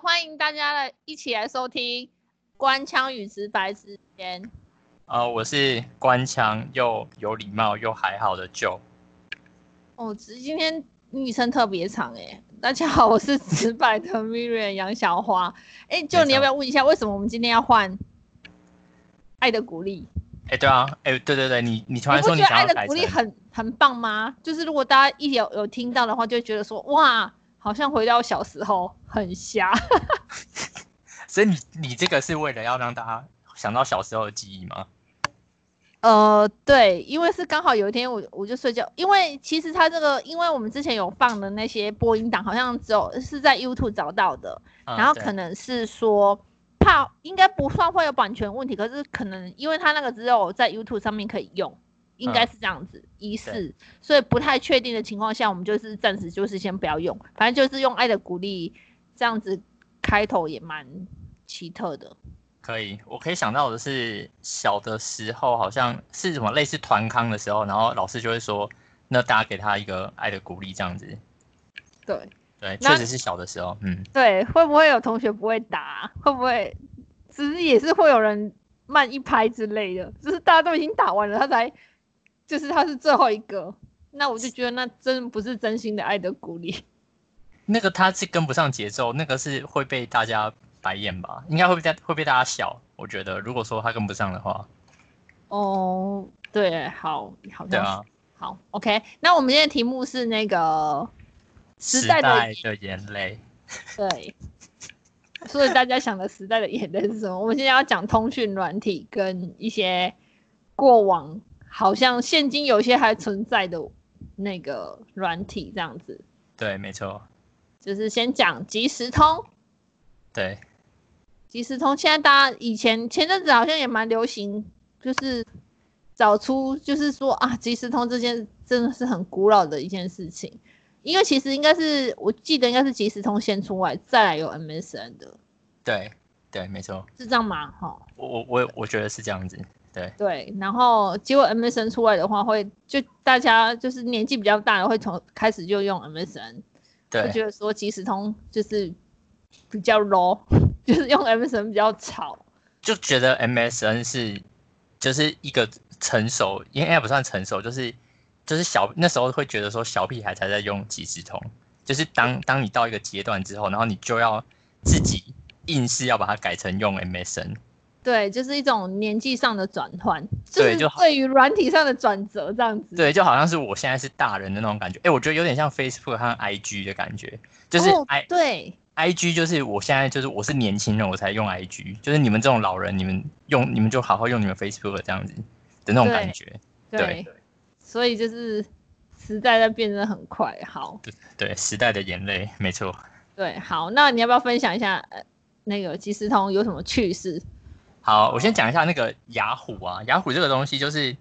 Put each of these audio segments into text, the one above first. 欢迎大家来一起来收听《官腔与直白之间》。啊、我是官腔又有礼貌又还好的舅。哦，只是今天昵称特别长哎、大家好，我是直白的 Miriam 杨小花。哎、就你要不要问一下，为什么我们今天要换《爱的鼓励》？哎、对啊，哎、对对对，你你突然你不说觉你得《想爱要的改鼓励成，很》很棒吗？就是如果大家一有有听到的话，就会觉得说哇，好像回到小时候，很瞎。所以你你这个是为了要让大家想到小时候的记忆吗？呃，对，因为是刚好有一天我我就睡觉，因为其实它这个，因为我们之前有放的那些播音档，好像只有是在 YouTube 找到的，嗯然后对可能是说怕应该不算会有版权问题，可是可能因为它那个只有在 YouTube 上面可以用，应该嗯是这样子，疑似，所以不太确定的情况下，我们就是暂时就是先不要用，反正就是用爱的鼓励这样子开头也蛮奇特的。可以，我可以想到的是小的时候好像是什么类似团康的时候，然后老师就会说，那大家给他一个爱的鼓励这样子。对对，那确实是小的时候，嗯，对，会不会有同学不会打？啊会不会只是也是会有人慢一拍之类的？就是大家都已经打完了，他才就是他是最后一个，那我就觉得那真不是真心的爱的鼓励。那个他是跟不上节奏，那个是会被大家白眼吧？应该会被大会被大家笑。我觉得，如果说他跟不上的话，哦，对，好，好像对是、啊，好，OK。那我们今天的题目是那个时时代的代的眼泪，对，所以大家想的时代的眼泪是什么？我们现在要讲通讯软体跟一些过往好像现今有些还存在的那个软体，这样子，对，没错，就是先讲即时通。对，即时通现在大家以前前阵子好像也蛮流行，就是找出就是说啊，即时通这件真的是很古老的一件事情，因为其实应该是我记得应该是即时通先出来，再来有 MSN 的，对，对，没错，是这样吗？哈，我我我我觉得是这样子，对，对，然后结果 MSN 出来的话会，就大家就是年纪比较大的会从开始就用 MSN，会对，觉得说即时通就是比较 low，就是 用 MSN 比较吵。就觉得 MSN 是就是一个成熟，应该不算成熟，就是就是小那时候会觉得说小屁孩才在用即时通，就是当当你到一个阶段之后，然后你就要自己硬是要把它改成用 MSN。对，就是一种年纪上的转换，对是就好对于软体上的转折这样子。对，就好像是我现在是大人的那种感觉。哎、我觉得有点像 Facebook 和 IG 的感觉，就是哦 I、对 IG 就是我现在就是我是年轻人，我才用 IG，就是你们这种老人，你们用你们就好好用你们 Facebook 这样子的那种感对觉。对对所以就是时代在变得很快。好，对，时代的眼泪，没错。对，好，那你要不要分享一下呃那个即时通有什么趣事？好，我先讲一下那个雅虎啊，雅虎这个东西就是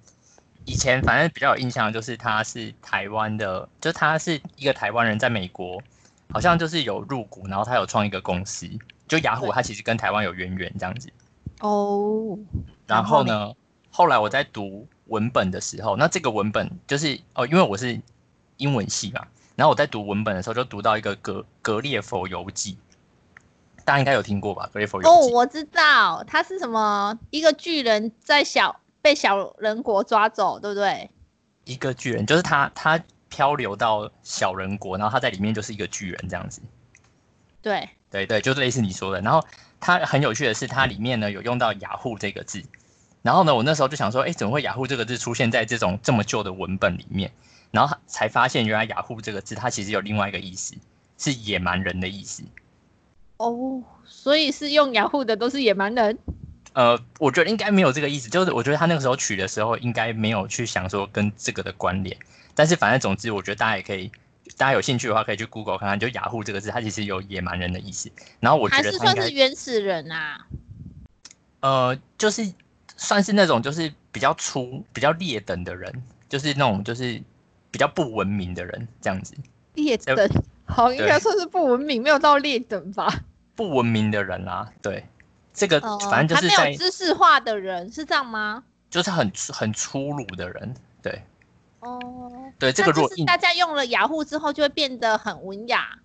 以前反正比较有印象，就是它是台湾的，就他是一个台湾人在美国，好像就是有入股，然后他有创一个公司，就雅虎对它其实跟台湾有渊源这样子。哦，然后呢，后来我在读文本的时候，那这个文本就是哦，因为我是英文系嘛，然后我在读文本的时候就读到一个格格列佛游记，大家应该有听过吧？格列佛游哦，记，我知道，他是什么？一个巨人在小被小人国抓走，对不对？一个巨人，就是他他漂流到小人国，然后他在里面就是一个巨人这样子。对，对对，就是类似你说的。然后它很有趣的是，它里面呢有用到雅虎这个字。然后呢，我那时候就想说，哎，怎么会雅虎这个字出现在这种这么旧的文本里面？然后才发现，原来雅虎这个字它其实有另外一个意思，是野蛮人的意思。哦，所以是用雅虎的都是野蛮人。呃，我觉得应该没有这个意思，就是我觉得他那个时候取的时候，应该没有去想说跟这个的关联。但是反正总之，我觉得大家也可以，大家有兴趣的话可以去 Google 看看，就雅虎这个字，它其实有野蛮人的意思。然后我觉还得是它应算该是原始人啊？呃，就是算是那种就是比较粗、比较劣等的人，就是那种就是比较不文明的人这样子，劣这等，好，应该算是不文明，没有到劣等 吧？不文明的人啦、对，这个哦，反正还就是没在、有知识化的人是这样吗？就是很粗很粗鲁的人，对哦，对，这个那如就果是硬，大家用了雅虎之后就会变得很文雅。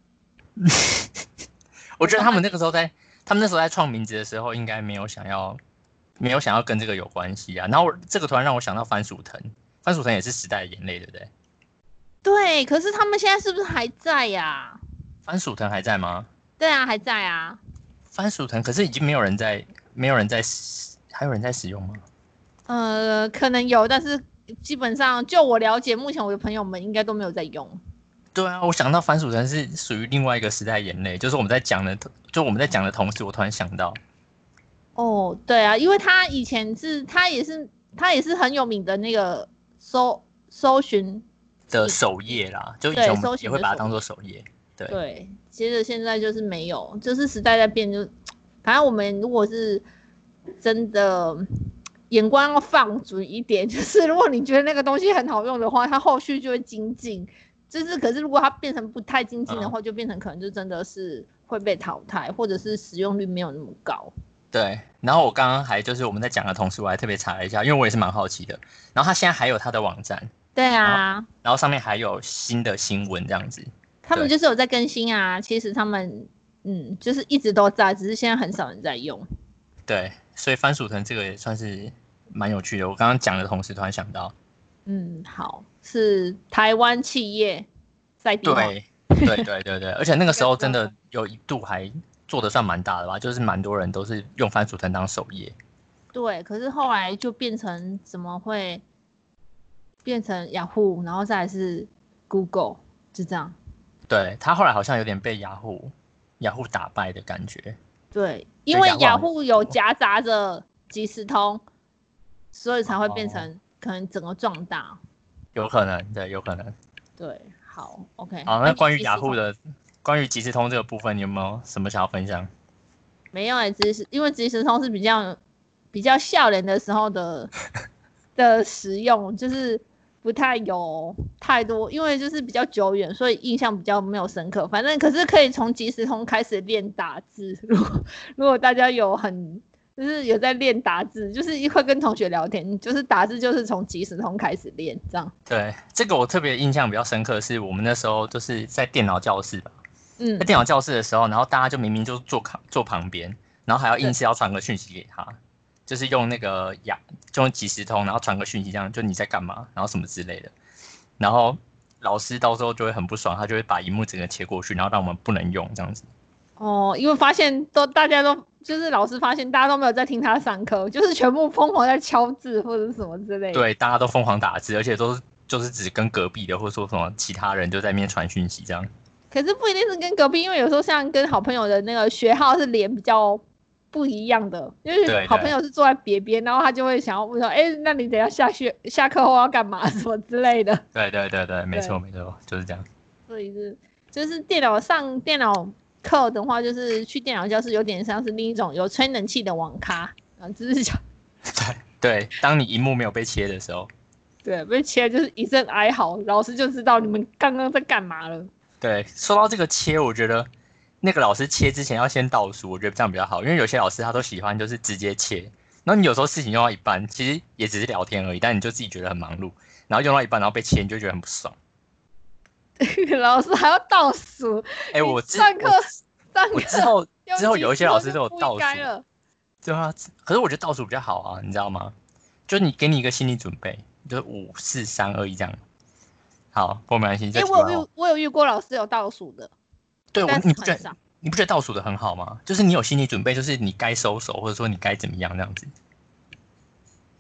我觉得他们那个时候在，他们那时候在创名字的时候，应该没有想要，没有想要跟这个有关系啊。然后我这个突然让我想到番薯藤，番薯藤也是时代的眼泪，对不对？对，可是他们现在是不是还在呀、番薯藤还在吗？对啊，还在啊。番薯藤可是已经没有人在，没有人在使，还有人在使用吗？呃，可能有，但是基本上就我了解，目前我的朋友们应该都没有在用。对啊，我想到番薯藤是属于另外一个时代的眼泪，就是我们在讲的，就我们在讲的同时，我突然想到，哦，对啊，因为他以前是他也是他也是很有名的那个搜搜寻，的首页啦，就以对前我搜们寻也的会把它首当做首页。对对，接着现在就是没有，就是时代在变就，反正我们如果是真的嗯眼光要放准一点， 就是如果你觉得那个东西很好用的话，它后续就会精进。就是，可是如果它变成不太精进的啊话，就变成可能就真的是会被淘汰，或者是使用率没有那么高。啊对，然后我刚刚还就是我们在讲的同时，我还特别查了一下，因为我也是蛮好奇的。然后它现在还有它的网站，对啊，然后上面还有新的新闻这样子。他们对就是有在更新啊。其实他们嗯，就是一直都在，只是现在很少人在用。对，所以番薯藤这个也算是蛮有趣的。我刚刚讲的同时，突然想到，嗯，好，是台湾企业在地化对，对对对对，而且那个时候真的有一度还做的算蛮大的吧，就是蛮多人都是用番薯藤当首页。对，可是后来就变成怎么会变成雅虎，然后再来是 Google，就这样。对他后来好像有点被雅虎雅虎打败的感觉。对，因对为雅虎雅好像虎是有什么夹杂着即时通，所以才会变哦成可能整个壮大。有可能，对，有可能。对，好，OK。好，那关于即时雅虎通的，关于即时通这个部分，你有没有什么想要分享？没有哎、即时因为即时通是比较比较笑脸的时候的的使用，就是不太有太多，因为就是比较久远，所以印象比较没有深刻。反正可是可以从即时通开始练打字， 如果如果大家有很就是有在练打字，就是一块跟同学聊天，就是打字就是从即时通开始练这样。对，这个我特别印象比较深刻，是我们那时候就是在电脑教室吧，嗯在，电脑教室的时候，然后大家就明明就坐旁坐旁边，然后还要硬是要传个讯息给他，就是用那个雅，就用即时通，然后传个讯息，这样就你在干嘛，然后什么之类的，然后老师到时候就会很不爽，他就会把荧幕整个切过去，然后让我们不能用这样子。哦，因为发现都大家都就是老师发现大家都没有在听他上课，就是全部疯狂在敲字或者是什么之类的。对，大家都疯狂打字，而且都是就是只跟隔壁的或者说什么其他人就在面传讯息这样。可是不一定是跟隔壁，因为有时候像跟好朋友的那个学号是脸比较不一样的，因为对好朋友是坐在别边，然后他就会想要问说，哎、那你等一下下学下课后要干嘛什么之类的，对对对对，没错没错，就是这样。所以是就是电脑上电脑课的话，就是去电脑教室有点像是另一种有吹冷气的网咖，啊，只是讲对，当你荧幕没有被切的时候，对被切就是一阵哀嚎，老师就知道你们刚刚在干嘛了。 对，说到这个切，我觉得那个老师切之前要先倒数，我觉得这样比较好，因为有些老师他都喜欢就是直接切，然后你有时候事情用到一半，其实也只是聊天而已，但你就自己觉得很忙碌，然后用到一半然后被切，你就觉得很不爽。老师还要倒数，哎、我之上课我上我课之后用之后有机一些老器师就都有不倒应该数了。对啊，可是我觉得倒数比较好啊，你知道吗？就你给你一个心理准备，就是五四三二一这样。好，不过没关系，哎、这题我外有话遇我有遇过老师有倒数的，对我但是你不觉很得少。你不觉得倒数的很好吗？就是你有心理准备，就是你该收手，或者说你该怎么样这样子。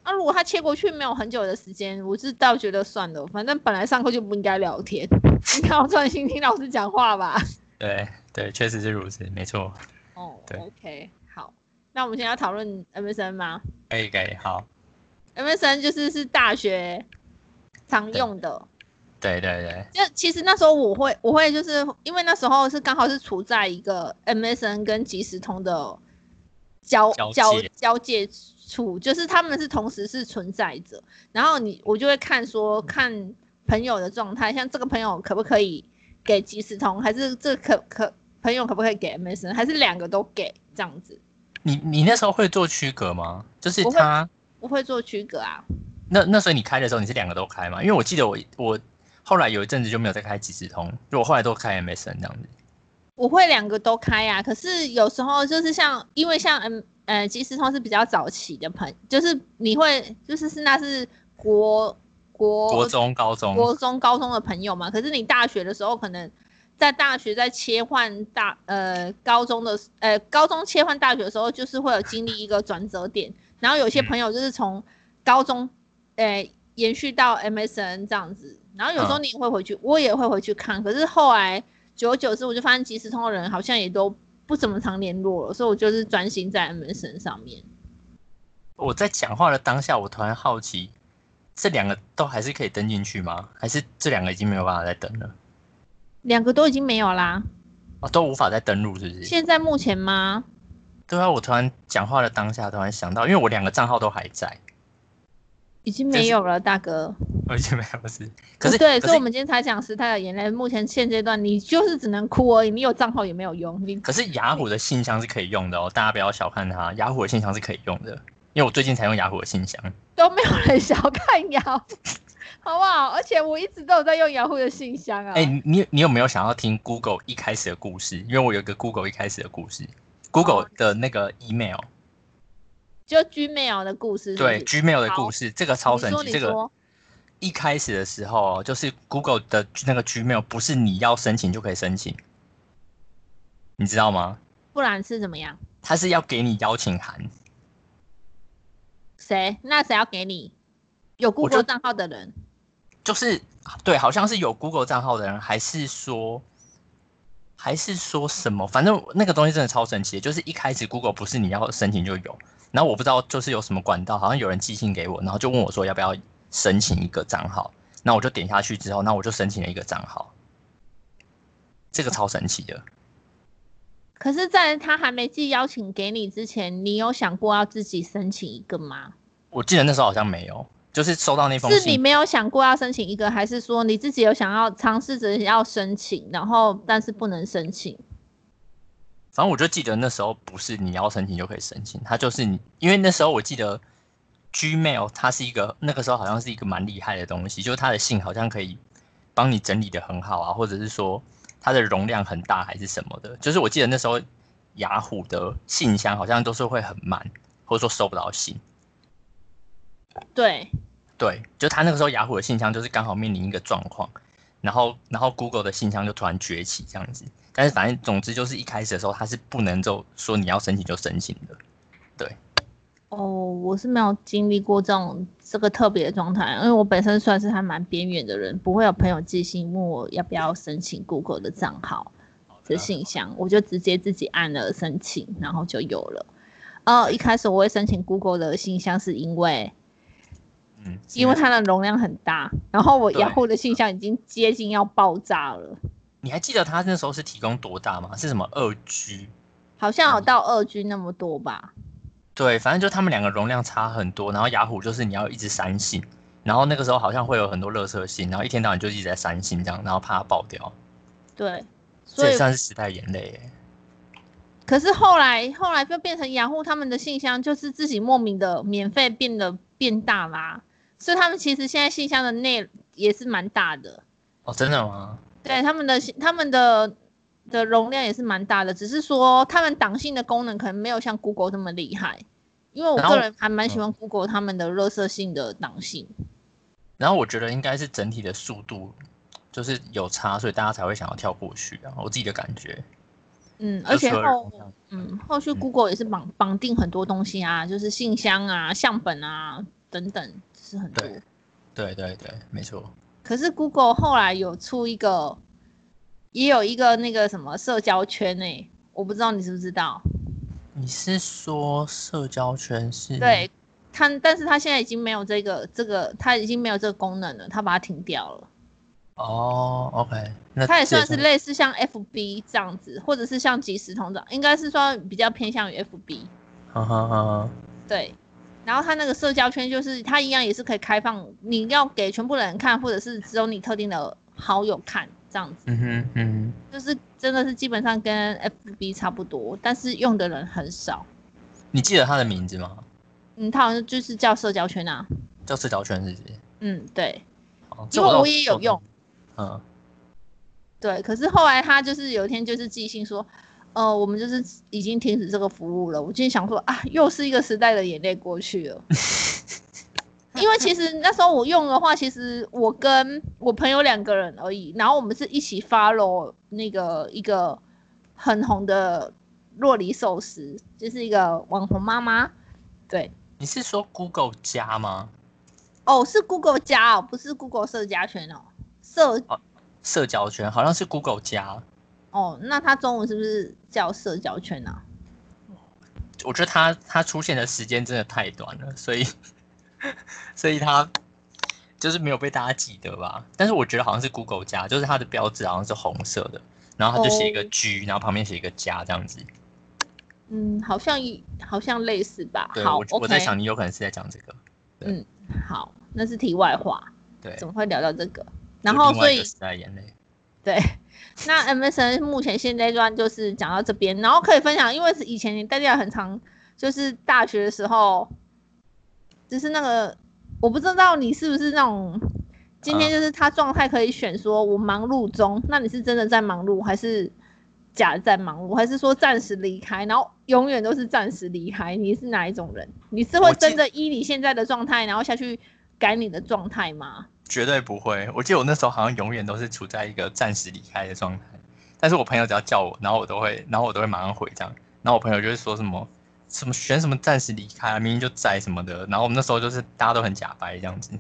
那、啊如果他切过去没有很久的时间，我是倒觉得算了，反正本来上课就不应该聊天， 应该要专心听老师讲话吧。对对，确实是如此，没错。哦 对，OK，好，那我们现在要讨论 MSN 吗可以可以，好， ？MSN 就是是大学常用的，对对对就其实那时候我会我会就是因为那时候是刚好是处在一个 MSN 跟即时通的交交交界交界处，就是他们是同时是存在着。然后你我就会看说看朋友的状态，像这个朋友可不可以给即时通，还是这可可朋友可不可以给 MSN，还是两个都给这样子？你你那时候会做区隔吗？就是我会他我会做区隔啊。那那时候你开的时候，你是两个都开吗？因为我记得我我后来有一阵子就没有再开即时通，就我后来都开 MSN 这样子。我会两个都开呀、可是有时候就是像，因为像嗯呃，即时通是比较早期的朋就是你会就是是那是国国国中、高中，国中、高中的朋友嘛。可是你大学的时候，可能在大学在切换大呃高中的呃高中切换大学的时候，就是会有经历一个转折点。然后有些朋友就是嗯从高中呃延续到 MSN 这样子。然后有时候嗯你也会回去，我也会回去看。可是后来久而久之，我就发现即时通的人好像也都不怎么常联络了，所以我就是专心在 MSN 上面。我在讲话的当下，我突然好奇，这两个都还是可以登进去吗？还是这两个已经没有办法再登了？两个都已经没有啦，哦，都无法再登录，是不是？现在目前吗？对啊，我突然讲话的当下，突然想到，因为我两个账号都还在，已经就没是有了，大哥。而且没有事。可是，不哦对，可所以我是，们今天才讲时代的眼泪。目前现阶段，你就是只能哭而已，你有账号也没有用。你可是雅虎的信箱是可以用的哦，大家不要小看它，雅虎的信箱是可以用的，因为我最近才用雅虎的信箱。都没有人想要看雅虎，好不好？而且我一直都有在用雅虎的信箱啊。哎、你你你有没有想要听 Google 一开始的故事？因为我有一个 Google 一开始的故事，Google 哦的那个 email，、就 Gmail 的故事是不是对 Gmail 的好故事，这个超神奇。你说这你个说，一开始的时候哦，就是 Google 的那个 Gmail 不是你要申请就可以申请，你知道吗？不然是怎么样？它是要给你邀请函，谁？那谁要给你？有我就 Google 账号的人，就是对，好像是有 Google 账号的人，还是说还是说什么？反正那个东西真的超神奇的，就是一开始 Google 不是你要申请就有，然后我不知道就是有什么管道，好像有人寄信给我，然后就问我说要不要申请一个账号，那我就点下去之后，那我就申请了一个账号，这个超神奇的。可是，在他还没寄邀请给你之前，你有想过要自己申请一个吗？我记得那时候好像没有，就是收到那封是你信，没有想过要申请一个，还是说你自己有想要尝试着要申请，然后但是不能申请？反正我就记得那时候不是你要申请就可以申请，它就是你，因为那时候我记得 Gmail 它是一个那个时候好像是一个蛮厉害的东西，就是它的信好像可以帮你整理的很好啊，或者是说它的容量很大还是什么的，就是我记得那时候雅虎的信箱好像都是会很慢，或者说收不到信。对，对，就他那个时候雅虎的信箱就是刚好面临一个状况，然后然后 Google 的信箱就突然崛起这样子。但是反正总之就是一开始的时候，它是不能够说你要申请就申请的。哦，我是没有经历过这种这个特别的状态，因为我本身算是还蛮边缘的人，不会有朋友寄信问我要不要申请 Google 的账号啊的信箱，我就直接自己按了申请，然后就有了。哦，一开始我会申请 Google 的信箱，是因为嗯，因为它的容量很大，然后我对雅虎的信箱已经接近要爆炸了。你还记得他那时候是提供多大吗？是什么二 G？好像有到二 G 那么多吧？对，反正就他们两个容量差很多。然后雅虎就是你要一直删信，然后那个时候好像会有很多垃圾信，然后一天到晚就一直在删信这样，然后怕它爆掉。对，所这也以算是时代眼泪耶。可是后来后来就变成雅虎他们的信箱就是自己莫名的免费变得变大啦，所以他们其实现在信箱的内也是蛮大的，哦，真的吗？对他们的信他们的的容量也是蛮大的，只是说他们党性的功能可能没有像 Google 这么厉害，因为我然后个人还蛮喜欢 Google 他们的热色性的党性。然后我觉得应该是整体的速度就是有差，所以大家才会想要跳过去啊。我自己的感觉，嗯，就而且除了后容量嗯，后续嗯 Google 也是绑绑定很多东西啊，就是信箱啊、相本啊等等，是很多。对对对对，没错。可是 Google 后来有出一个，也有一个那个什么社交圈诶、我不知道你知不知道？你是说社交圈是？对，它，但是它现在已经没有这个这个，它已经没有这个功能了，它把它停掉了。哦，OK，那它也这算是类似像 FB 这样子，或者是像即时通这样，应该是说比较偏向于 FB。哈哈哈。对，然后它那个社交圈就是它一样也是可以开放，你要给全部的人看，或者是只有你特定的好友看这样子，嗯哼嗯就是真的是基本上跟 FB 差不多，但是用的人很少。哼，你记得他的名字吗？嗯，它好像就是叫社交圈啊。叫社交圈是不是？嗯，对，哦因为我也有用。嗯，对，可是后来他就是有一天就是寄信说，呃，我们就是已经停止这个服务了。我就想说啊，又是一个时代的眼泪过去了。因为其实那时候我用的话，其实我跟我朋友两个人而已，然后我们是一起 follow 那个一个很红的洛梨寿司，就是一个网红妈妈。对，你是说 Google 加吗？哦，是 Google 加哦，不是 Google 社加圈哦，社社交圈好像是 Google 加，哦，那它中文是不是叫社交圈啊？我觉得它它出现的时间真的太短了，所以 所以它就是没有被大家记得吧。但是我觉得好像是 Google 加，就是它的标志好像是红色的，然后它就写一个哦 G，、然后旁边写一个加这样子。嗯，好像好像类似吧。对，好我我在，OK，想你有可能是在讲这个，好，那是题外话，对。怎么会聊到这个？然就后另外所一个以时代眼泪，对， 那 MSN 目前现阶段就是讲到这边，然后可以分享，因为是以前你大家很长，就是大学的时候，就是那个我不知道你是不是那种，今天啊就是他状态可以选说我忙碌中，那你是真的在忙碌还是？假的在忙碌，还是说暂时离开，然后永远都是暂时离开？你是哪一种人？你是会我记真的依你现在的状态，然后下去改你的状态吗？绝对不会。我记得我那时候好像永远都是处在一个暂时离开的状态，但是我朋友只要叫我，然后我都会，然后我都会马上回这样。然后我朋友就会说什么什么选什么暂时离开啊，明明就在什么的。然后我们那时候就是大家都很假白这样子，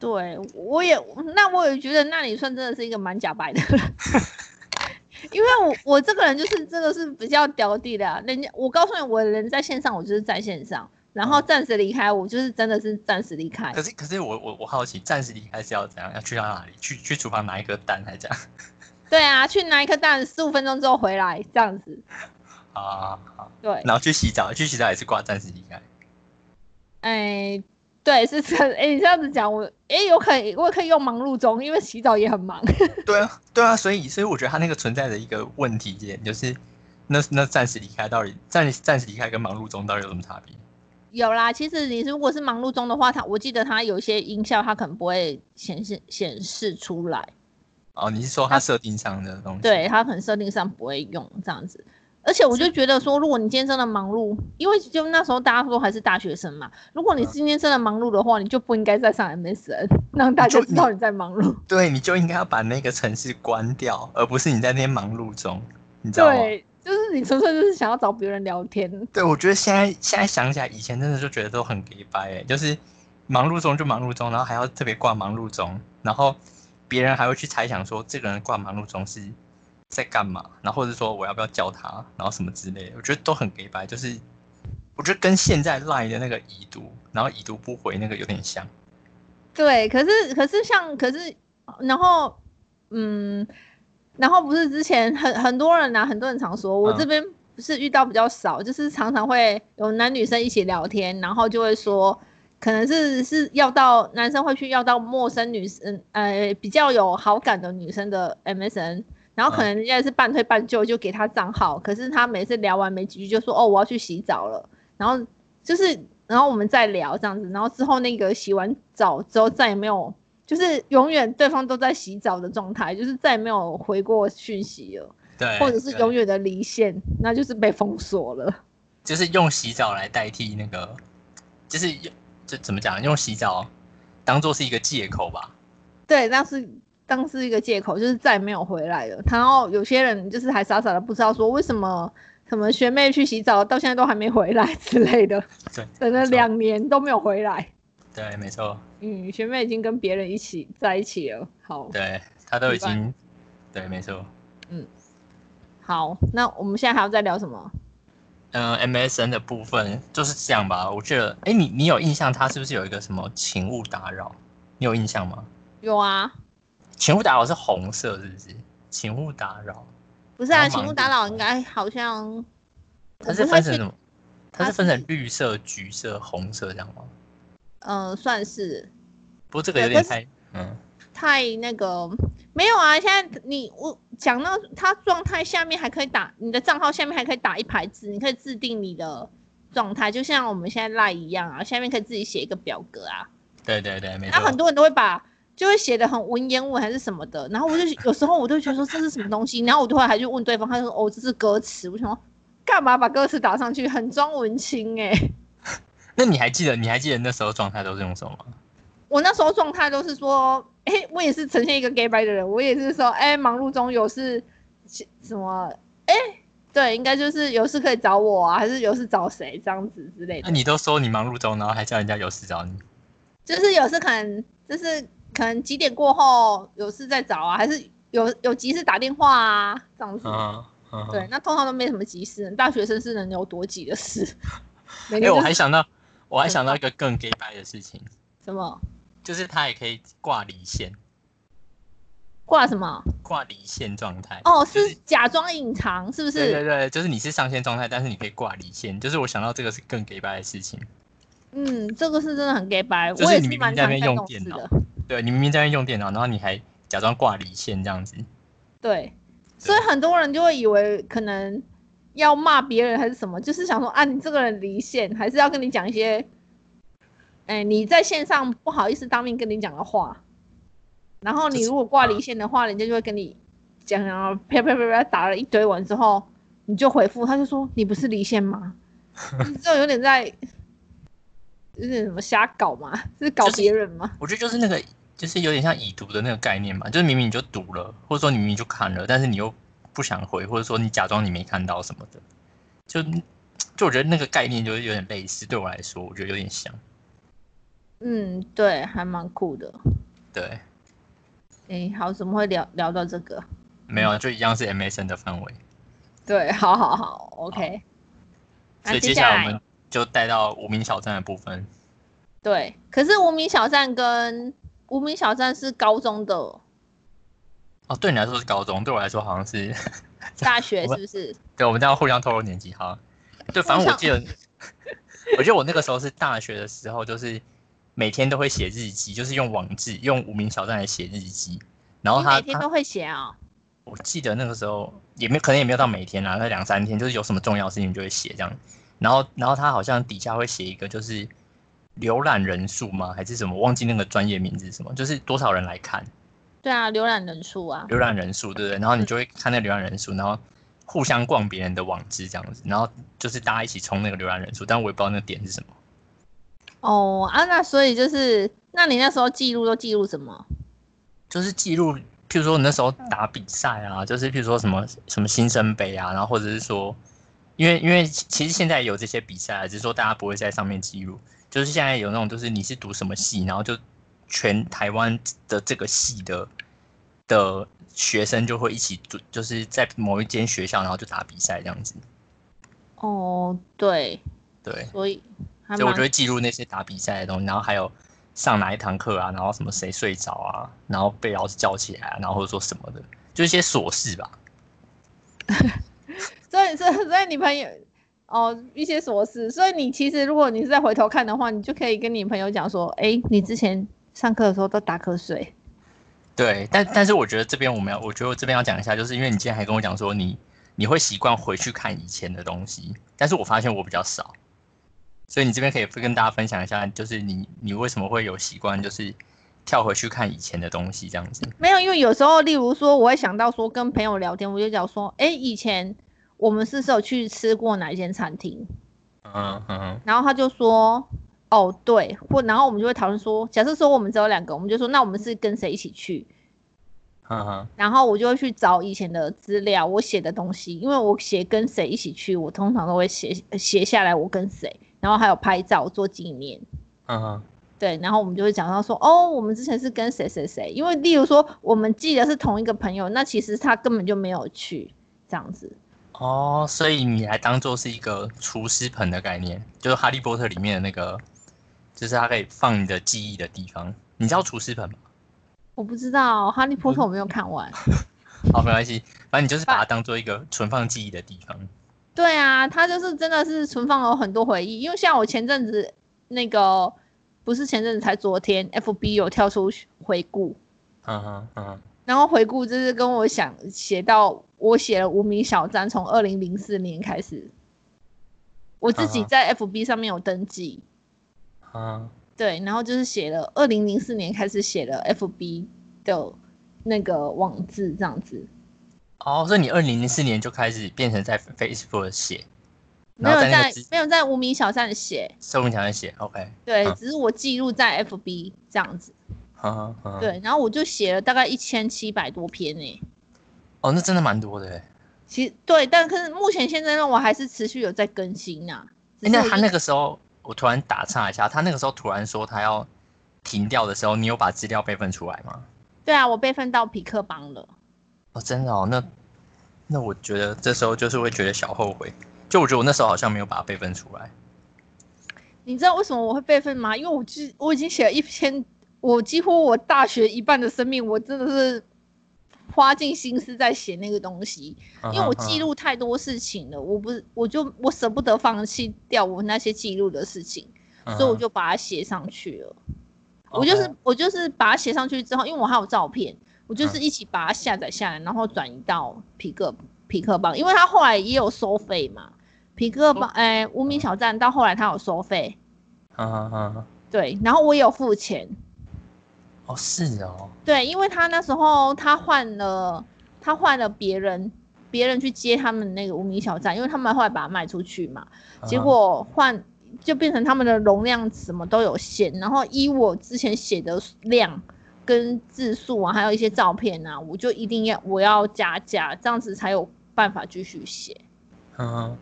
对，我也那我也觉得，那你算真的是一个蛮假白的人， 因为我我这个人就是这个是比较屌地的、啊，人家我告诉你，我人在线上，我就是在线上，然后哦暂时离开，我就是真的是暂时离开可。是可是我我我好奇，暂时离开是要怎样？要去到哪里？去去厨房拿一颗蛋还是这样？ 对啊，去拿一颗蛋，十五分钟之后回来，这样子。啊，好对，然后去洗澡，去洗澡也是挂暂时离开。哎，对，是这，哎，你这样子讲，我哎，有可以，我也可以用忙碌中，因为洗澡也很忙。 对啊，对啊，所以所以我觉得他那个存在的一个问题点就是，那那暂时离开到底暂暂时离开跟忙碌中到底有什么差别？有啦，其实你如果是忙碌中的话，它我记得它有一些音效，它可能不会显示显示出来。哦，你是说他设定上的东西？对，他可能设定上不会用这样子。而且我就觉得说，如果你今天真的忙碌，因为就那时候大家都还是大学生嘛，如果你嗯今天真的忙碌的话，你就不应该再上 MSN，让大家就知道你在忙碌。对，你就应该要把那个城市关掉，而不是你在那边忙碌中，你知道吗？对，就是你纯粹就是想要找别人聊天。对，我觉得现在现在想起来，以前真的就觉得都很 gay 白哎，就是忙碌中就忙碌中，然后还要特别挂忙碌中，然后别人还会去猜想说这个人挂忙碌中是在干嘛，然后或者说我要不要叫他，然后什么之类的，我觉得都很 gay 白，就是我觉得跟现在赖的那个已读，然后已读不回那个有点像，对，可是可是像可是，然后嗯，然后不是之前很很多人啊，很多人常说，我嗯这边不是遇到比较少，就是常常会有男女生一起聊天，然后就会说，可能是是要到男生会去要到陌生女生，呃，比较有好感的女生的 MSN。然后可嗯能人家是半推半就就给他账号，可是他每次聊完没几句就说哦我要去洗澡了，然后就是，然后我们再聊这样子，然后之后那个洗完澡之后再也没有，就是永远对方都在洗澡的状态，就是再也没有回过讯息了，对，或者是对永远的离线，那就是被封锁了。就是用洗澡来代替那个，就是用这怎么讲，用洗澡当做是一个借口吧，对，那是当是一个借口，就是再也没有回来了。然后有些人就是还傻傻的不知道说为什么什么学妹去洗澡到现在都还没回来之类的，对，等了没错两年都没有回来。对，没错。嗯，学妹已经跟别人一起在一起了。好，对他都已明白经，对，没错。好，那我们现在还要再聊什么？嗯、m s n 的部分就是这样吧。我记得，哎，你你有印象，他是不是有一个什么请勿打扰？你有印象吗？有啊，请勿打扰是红色，是不是？请勿打扰，不是啊，然后请勿忙打碌扰，应该好像它我是不太分成确什么？它它是分是成绿色、橘色、红色这样吗？呃算是不过这个有对点可太，嗯，太那个没有啊。现在你我讲到他状态下面还可以打你的账号下面还可以打一排字，你可以制定你的状态，就像我们现在赖一样啊，下面可以自己写一个表格啊。对对对，没那错很。多人都会把就会写的很文言文还是什么的，然后我就有时候我就觉得说这是什么东西，然后我都会还去问对方，他就说哦这是歌词，我想说干嘛把歌词打上去，很装文青哎、那你还记得你还记得那时候状态都是用什么吗？我那时候状态都是说，哎、我也是呈现一个 gay bye 的人，我也是说，哎、忙碌中有事什么，哎、对，应该就是有事可以找我啊，还是有事找谁这样子之类那、的，啊你都说你忙碌中，然后还叫人家有事找你，就是有事可能就是可能几点过后有事再找啊，还是有有急事打电话啊这样子。嗯嗯，对，那通常都没什么急事，大学生是能有多急的事？每哎、天我就还是想到，我还想到一个更 gay 白的事情，什么就是他也可以挂离线，挂什么？挂离线状态。哦，就是假装隐藏，是不对对是？对，就是你是上线状态，但是你可以挂离线。就是我想到这个是更 gay 白的事情。嗯，这个是真的很 gay 白，就是我也你是明蛮明在常那干边这用种电事脑的。对你明明在那边用电脑，然后你还假装挂离线这样子。对，所以很多人就会以为可能要骂别人还是什么，就是想说啊，你这个人离线，还是要跟你讲一些，哎，你在线上不好意思当面跟你讲的话，然后你就是如果挂离线的话，人家就会跟你讲，然后啪啪啪啪打了一堆完之后，你就回复，他就说你不是离线吗？ 你这有点在，就是什么瞎搞嘛，是搞就是别人吗？我觉得就是那个，就是有点像已读的那个概念吧。就是明明你就读了，或者说你明明就看了，但是你又不想回，或者说你假装你没看到什么的。就就我觉得那个概念就是有点类似，对我来说，我觉得有点像。嗯，对，还蛮酷的。对，哎、好，怎么会聊聊到这个？没有，就一样是 MSN 的范围。对，好好好，OK。所那以接接下下来我们就带到无名小站的部分。对，可是无名小站跟无名小站是高中 的哦，对你来说是高中，对我来说好像是。大学，我是不是？对，我们这样互相透露年纪哈。对，反正我记得，我觉得我那个时候是大学的时候，就是每天都会写日记，就是用网志，用无名小站来写日记。然后你哦他，每天他都会写啊、我记得那个时候也没可能也没有到每天啊啦，那两三天，就是有什么重要的事情就会写这样。然后，然后他好像底下会写一个就是浏览人数吗？还是什么？忘记那个专业名字是什么，就是多少人来看。对啊，浏览人数啊。浏览人数，对不对？然后你就会看那浏览人数，然后互相逛别人的网址这样子，然后就是大家一起冲那个浏览人数，但我也不知道那个点是什么。哦啊，那所以就是，那你那时候记录都记录什么？就是记录，譬如说你那时候打比赛啊，就是譬如说什么什么新生杯啊，然后或者是说，因为因为其其实现在有这些比赛啊，只是说大家不会在上面记录，就是现在有那种就是你是读什么系，然后就全台湾的这个系的的学生就会一起组，就是在某一间学校，然后就打比赛这样子，哦，对，对。所以还所以我就蛮会记录那些打比赛的东西，然后还有上哪一堂课啊，然后什么谁睡着啊，然后被老师叫起来、啊，然后或者说什么的，就是一些琐事吧。所以所以所以你朋友哦一些琐事，所以你其实如果你是再回头看的话，你就可以跟你朋友讲说，哎，你之前上课的时候都打瞌睡，对，但但是我觉得这边我们要，我觉得我这边要讲一下，就是因为你今天还跟我讲说你你会习惯回去看以前的东西，但是我发现我比较少，所以你这边可以跟大家分享一下，就是你你为什么会有习惯，就是跳回去看以前的东西这样子。没有，因为有时候例如说，我会想到说跟朋友聊天，我就讲说，哎，以前我们是不是有去吃过哪一间餐厅？嗯嗯然后他就说，哦对，或然后我们就会讨论说，假设说我们只有两个，我们就说那我们是跟谁一起去？嗯嗯，然后我就会去找以前的资料，我写的东西，因为我写跟谁一起去，我通常都会写写下来我跟谁，然后还有拍照做纪念。嗯嗯，对，然后我们就会讲到说，哦，我们之前是跟谁谁谁，因为例如说我们记得是同一个朋友，那其实他根本就没有去这样子。哦，所以你还当做是一个厨师盆的概念，就是《哈利波特》里面的那个，就是它可以放你的记忆的地方。你知道厨师盆吗？我不知道《哈利波特》我没有看完。好，没关系，反正你就是把它当做一个存放记忆的地方。对啊，他就是真的是存放了很多回忆，因为像我前阵子那个不是前阵子才昨天，FB 有跳出回顾，嗯哼嗯然后回顾就是跟我想写到我写了无名小站，从二零零四年开始，我自己啊哈在 FB 上面有登记，嗯，对，然后就是写了二零零四年开始写了 FB 的那个网志这样子，哦，所以你二零零四年就开始变成在 Facebook 写，没然有后在那在个之没有在无名小站写，说明条件写，OK，对，嗯只是我记录在 FB 这样子，嗯嗯，对，然后我就写了大概一千七百多篇呢、哦，那真的蛮多的欸。其实对，但是目前现在呢，我还是持续有在更新呐、只欸是那我他就那个时候，我突然打岔一下，他那个时候突然说他要停掉的时候，你有把资料备份出来吗？对啊，我备份到匹克邦了。哦，真的哦，那那我觉得这时候就是会觉得小后悔，就我觉得我那时候好像没有把它备份出来。你知道为什么我会备份吗？因为我记我已经写了一篇，我几乎我大学一半的生命，我真的是花尽心思在写那个东西，啊嗯因为我记录太多事情了，我不是我就我舍不得放弃掉我那些记录的事情，嗯哼，所以我就把它写上去了。 OK 我就是我就是把它写上去之后，因为我还有照片，我就是一起把它下载下来，然后转移到皮克皮克邦，因为它后来也有收费嘛。皮克邦，哎、无名小站到后来它有收费，嗯哼，嗯哼嗯哼对，然后我也有付钱，哦是哦，对，因为他那时候他换了，他换了别人，别人去接他们那个无名小站，因为他们后来把它卖出去嘛，啊结果换就变成他们的容量什么都有限，然后依我之前写的量跟字数啊，还有一些照片啊，我就一定要我要加价，这样子才有办法继续写。嗯哼，嗯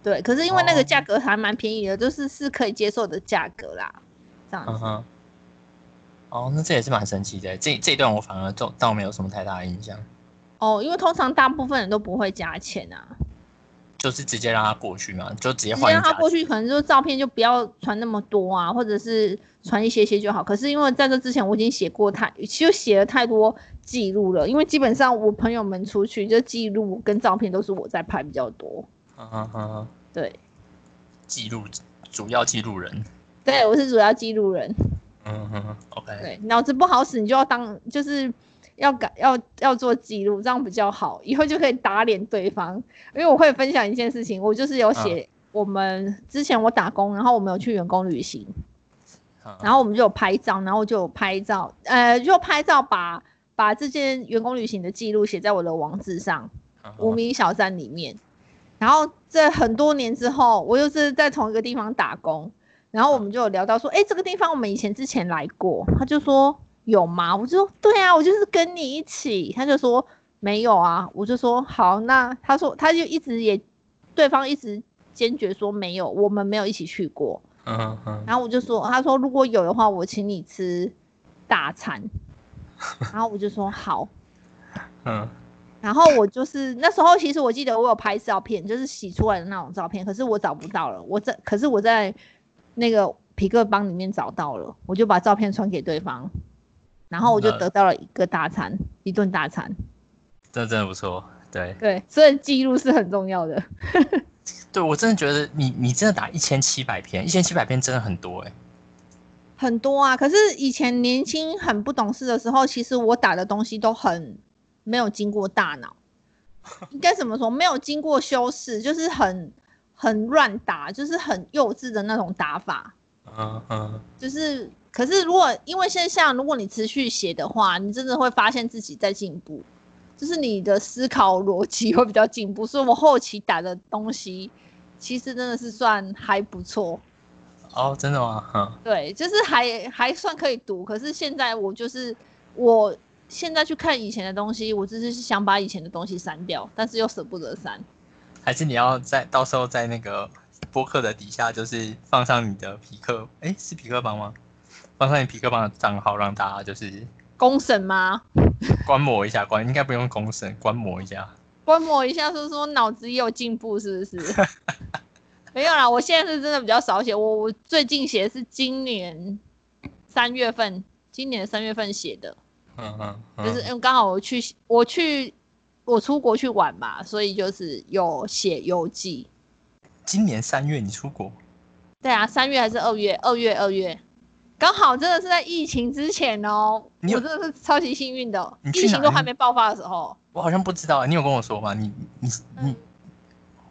对，可是因为那个哦价格还蛮便宜的，就是是可以接受的价格啦，这样哼子。嗯哼，哦，那这也是蛮神奇的，这这一段我反而倒倒没有什么太大的印象，哦，因为通常大部分人都不会加钱啊。就是直接让它过去嘛，就直接直换接一让他家过去，可能就照片就不要传那么多啊，或者是传一些些就好。可是因为在这之前我已经写过太，就写了太多记录了，因为基本上我朋友们出去就记录跟照片都是我在拍比较多。嗯哼嗯哼，对，记录主要记录人。对我是主要记录人。嗯哼，OK，对，脑子不好使，你就要当就是。要改要要做记录，这样比较好，以后就可以打脸对方。因为我会分享一件事情，我就是嗯有写我们之前我打工，然后我们有去员工旅行，然后后我们就有拍照，然后就有拍照，呃，就拍照把把这件员工旅行的记录写在我的网址上，嗯啊无名小站里面。然后在很多年之后，我又是在同一个地方打工，然后我们就有聊到说，哎，这个地方我们以前之前来过，他就说有吗？我就说对啊，我就是跟你一起，他就说没有啊，我就说好，那他说他就一直也对方一直坚决说没有，我们没有一起去过。嗯哼，然后我就说，他说如果有的话，我请你吃大餐。然后我就说好。嗯然后我就是那时候，其实我记得我有拍照片，就是洗出来的那种照片，可是我找不到了。我在，可是我在那个皮克邦里面找到了，我就把照片传给对方，然后我就那得到了一个大餐，一顿大餐。这真的不错。对，对，所以记录是很重要的。对我真的觉得你你真的打一千七百篇，一千七百篇真的很多哎、很多啊，可是以前年轻很不懂事的时候，其实我打的东西都很没有经过大脑，应该怎么说？没有经过修饰，就是很很乱打，就是很幼稚的那种打法。嗯嗯就是，可是如果因为现在像如果你持续写的话，你真的会发现自己在进步，就是你的思考逻辑会比较进步。所以我后期打的东西，其实真的是算还不错。哦，真的吗？嗯对，就是还还算可以读，可是现在我就是我现在去看以前的东西，我只是想把以前的东西删掉，但是又舍不得删。还是你要在到时候在那个播客的底下，就是放上你的皮克，哎、是皮克帮吗？放上你皮克帮的账号，让大家就是公审吗？观摩一下，观应该不用公审，观摩一下。观摩一下，说说脑子也有进步，是不 是？没有啦，我现在是真的比较少写，我我最近写的是今年三月份，今年三月份写的，嗯嗯，嗯就是因为刚好我去我去我出国去玩嘛，所以就是有写游记。今年三月你出国，对啊，三月还是二月？二月，二月，刚好真的是在疫情之前哦，我你有真的是超级幸运的，哦你去疫情哪都里还没爆发的时候。我好像不知道、欸你有跟我说吗？你你你，嗯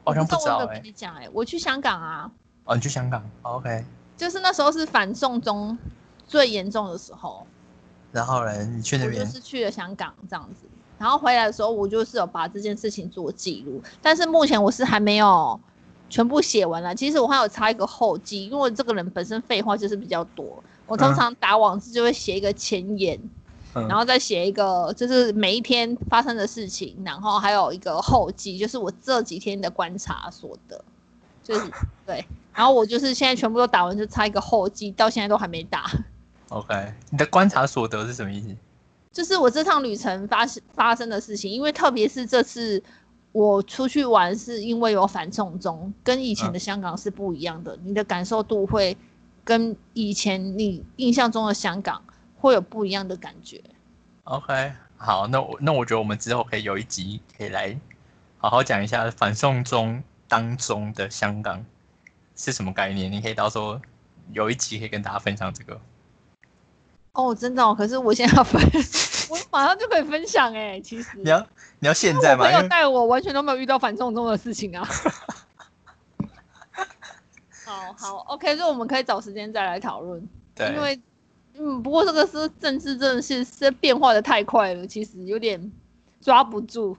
我好像不不嗯我知道有没哎、欸有跟你讲哎、我去香港啊，哦，你去香港、哦、，OK，就是那时候是反送中最严重的时候，然后呢，你去那我就边是去了香港这样子，然后回来的时候，我就是有把这件事情做记录，但是目前我是还没有全部写完了。其实我还有插一个后记，因为我这个人本身废话就是比较多，我通嗯常打网字就会写一个前言，嗯然后再写一个就是每一天发生的事情，然后还有一个后记，就是我这几天的观察所得，就是对。然后我就是现在全部都打完，就差一个后记，到现在都还没打。 ，OK，你的观察所得是什么意思？就是我这趟旅程发生发生的事情，因为特别是这次我出去玩，是因为有反送中，跟以前的香港是不一样的，你的感受度会跟以前你印象中的香港会有不一样的感觉。 OK，好，那我那我觉得我们之后可以有一集可以来好好讲一下反送中当中的香港是什么概念。你可以到时候有一集可以跟大家分享这个。哦，真的哦，可是我现在要分， 我马上就可以分享哎、其实你要你要现在我吗？朋因友为带我，完全都没有遇到反送中的事情啊。 好好，OK，这我们可以找时间再来讨论。对，因为嗯，不过这个是政治，真的是是变化的太快了，其实有点抓不住，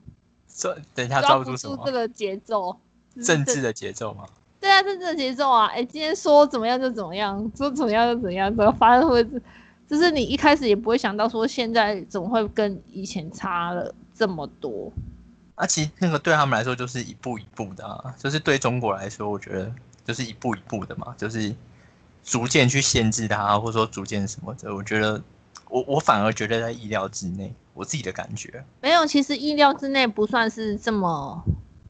抓等一下抓抓不住什住这么个节奏。政治的节奏嘛。对啊，政治的节奏啊！哎，今天说怎么样就怎么样，说怎么样就怎么样，怎么发生会，就是你一开始也不会想到说现在怎么会跟以前差了这么多。啊，其实那个对他们来说就是一步一步的、啊，就是对中国来说，我觉得就是一步一步的嘛，就是逐渐去限制它，或者说逐渐什么的。我觉得我我反而觉得在意料之内，我自己的感觉。没有，其实意料之内不算是这么，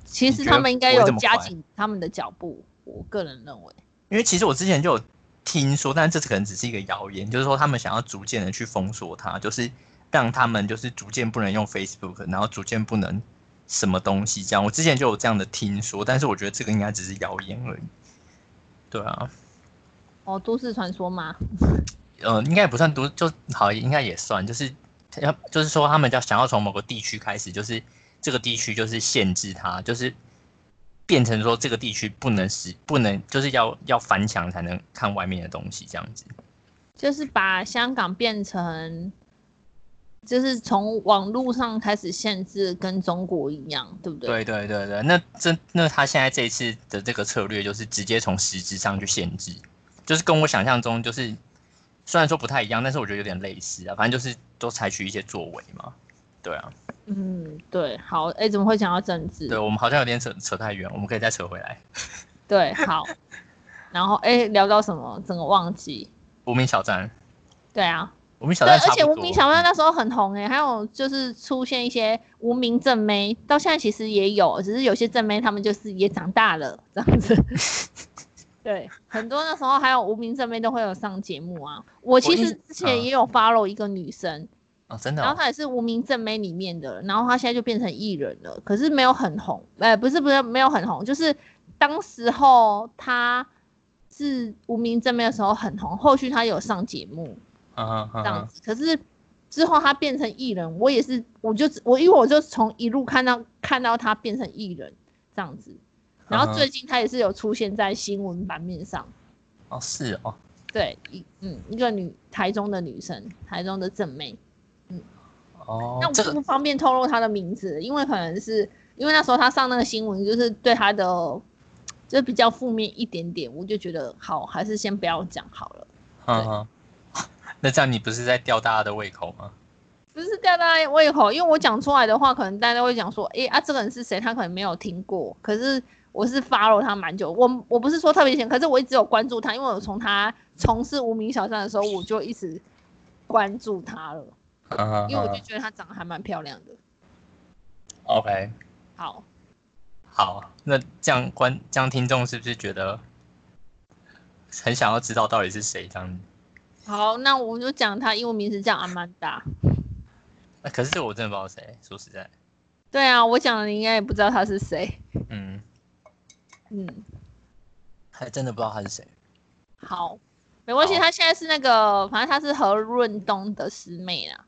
其你实觉他得们应该不会有这么加快紧他们的脚步，我个人认为。因为其实我之前就有听说，但这可能只是一个谣言，就是说他们想要逐渐的去封锁它，就是让他们就是逐渐不能用 Facebook，然后逐渐不能什么东西这样。我之前就有这样的听说，但是我觉得这个应该只是谣言而已。对啊，哦，都市传说吗？呃，应该也不算独，就好，应该也算，就是要就是说他们要想要从某个地区开始，就是这个地区就是限制它，就是变成说这个地区不能使不能就是要要翻墙才能看外面的东西这样子。就是把香港变成，就是从网络上开始限制，跟中国一样，对不对？对对对对，那这那他现在这一次的这个策略就是直接从实质上去限制，就是跟我想象中就是虽然说不太一样，但是我觉得有点类似啊，反正就是都采取一些作为嘛。对啊，嗯，对。好，哎、怎么会讲到政治？对我们好像有点扯扯太远，我们可以再扯回来。对好。然后，哎、聊到什么？整个忘记。无名小站，对啊，无名小对，站而差且不无多名小站那时候很红哎、还有就是出现一些无名正妹，到现在其实也有，只是有些正妹她们就是也长大了这样子。 对，很多那时候还有无名正妹都会有上节目啊。我其印实之前嗯也有 follow 一个女生，哦，真的、然后哦，她也是无名正妹里面的，然后她现在就变成艺人了，可是没有很红，呃，不是不是没有很红，就是当时候她是无名正妹的时候很红，后续她有上节目嗯这嗯样嗯，子，可是之后她变成艺人，我也是，我就我因为我就从一路看到看到她变成艺人这样子，然后嗯哼最近她也是有出现在新闻版面上。哦是哦，对，一嗯，一个女台中的女生，台中的正妹，那哦，这我个不方便透露她的名字，因为可能是因为那时候她上那个新闻，就是对她的就比较负面一点点，我就觉得好，还是先不要讲好了。嗯嗯， 那这样你不是在吊大家的胃口吗？不是吊大家胃口，因为我讲出来的话，可能大家会讲说，诶啊，这个人是谁？他可能没有听过，可是我是 follow 他蛮久，我我不是说特别闲，可是我一直有关注他，因为我从他从事无名小站的时候，我就一直关注他了，嗯嗯因为我就嗯觉得她长得还蛮漂亮的。 ，OK，好，好，那这样观这样听众是不是觉得很想要知道到底是谁这样子？好，那我就讲她英文名字叫阿曼达。呃可是这个我真的不知道谁，说实在，对啊，我讲了，你应该也不知道她是谁。嗯，嗯，还真的不知道他是谁。好，没关系，好她现在是那个，反正她是何润东的师妹啦。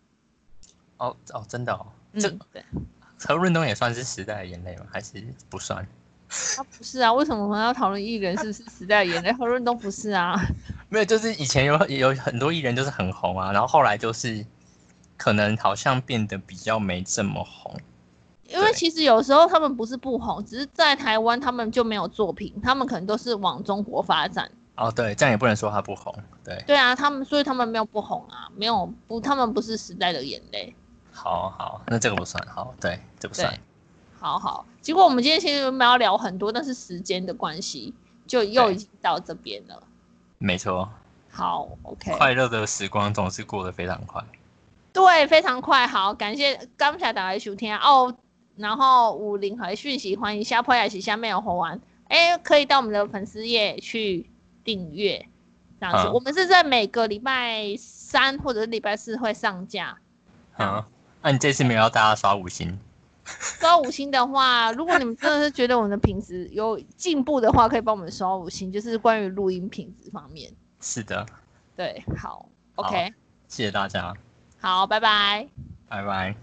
哦哦，真的哦，嗯这，对，何润东也算是时代的眼泪吗？还是不算？啊，不是啊，为什么我们要讨论艺人是不是时代的眼泪？何润东不是啊，没有，就是以前有有很多艺人就是很红啊，然后后来就是可能好像变得比较没这么红。因为对其实有时候他们不是不红，只是在台湾他们就没有作品，他们可能都是往中国发展。哦，对，这样也不能说他不红。对，对啊，他们所以他们没有不红啊，没有不，他们不是时代的眼泪。好好，那这个不算。好，对，这不算对。，好好。结果我们今天其实没有聊很多，但是时间的关系，就又对已经到这边了。没错，好，OK，快乐的时光总是过得非常快。对，非常快。好，感谢刚才打来收听哦。然后五零和讯息，欢迎下坡雅琪下面有红丸，哎，可以到我们的粉丝页去订阅。这样子，嗯我们是在每个礼拜三或者是礼拜四会上架。嗯，那、你这次没有要大家刷五星？刷五星的话，如果你们真的是觉得我们的品质有进步的话，可以帮我们刷五星，就是关于录音品质方面。是的，对，好，OK，谢谢大家，好，拜拜。拜拜。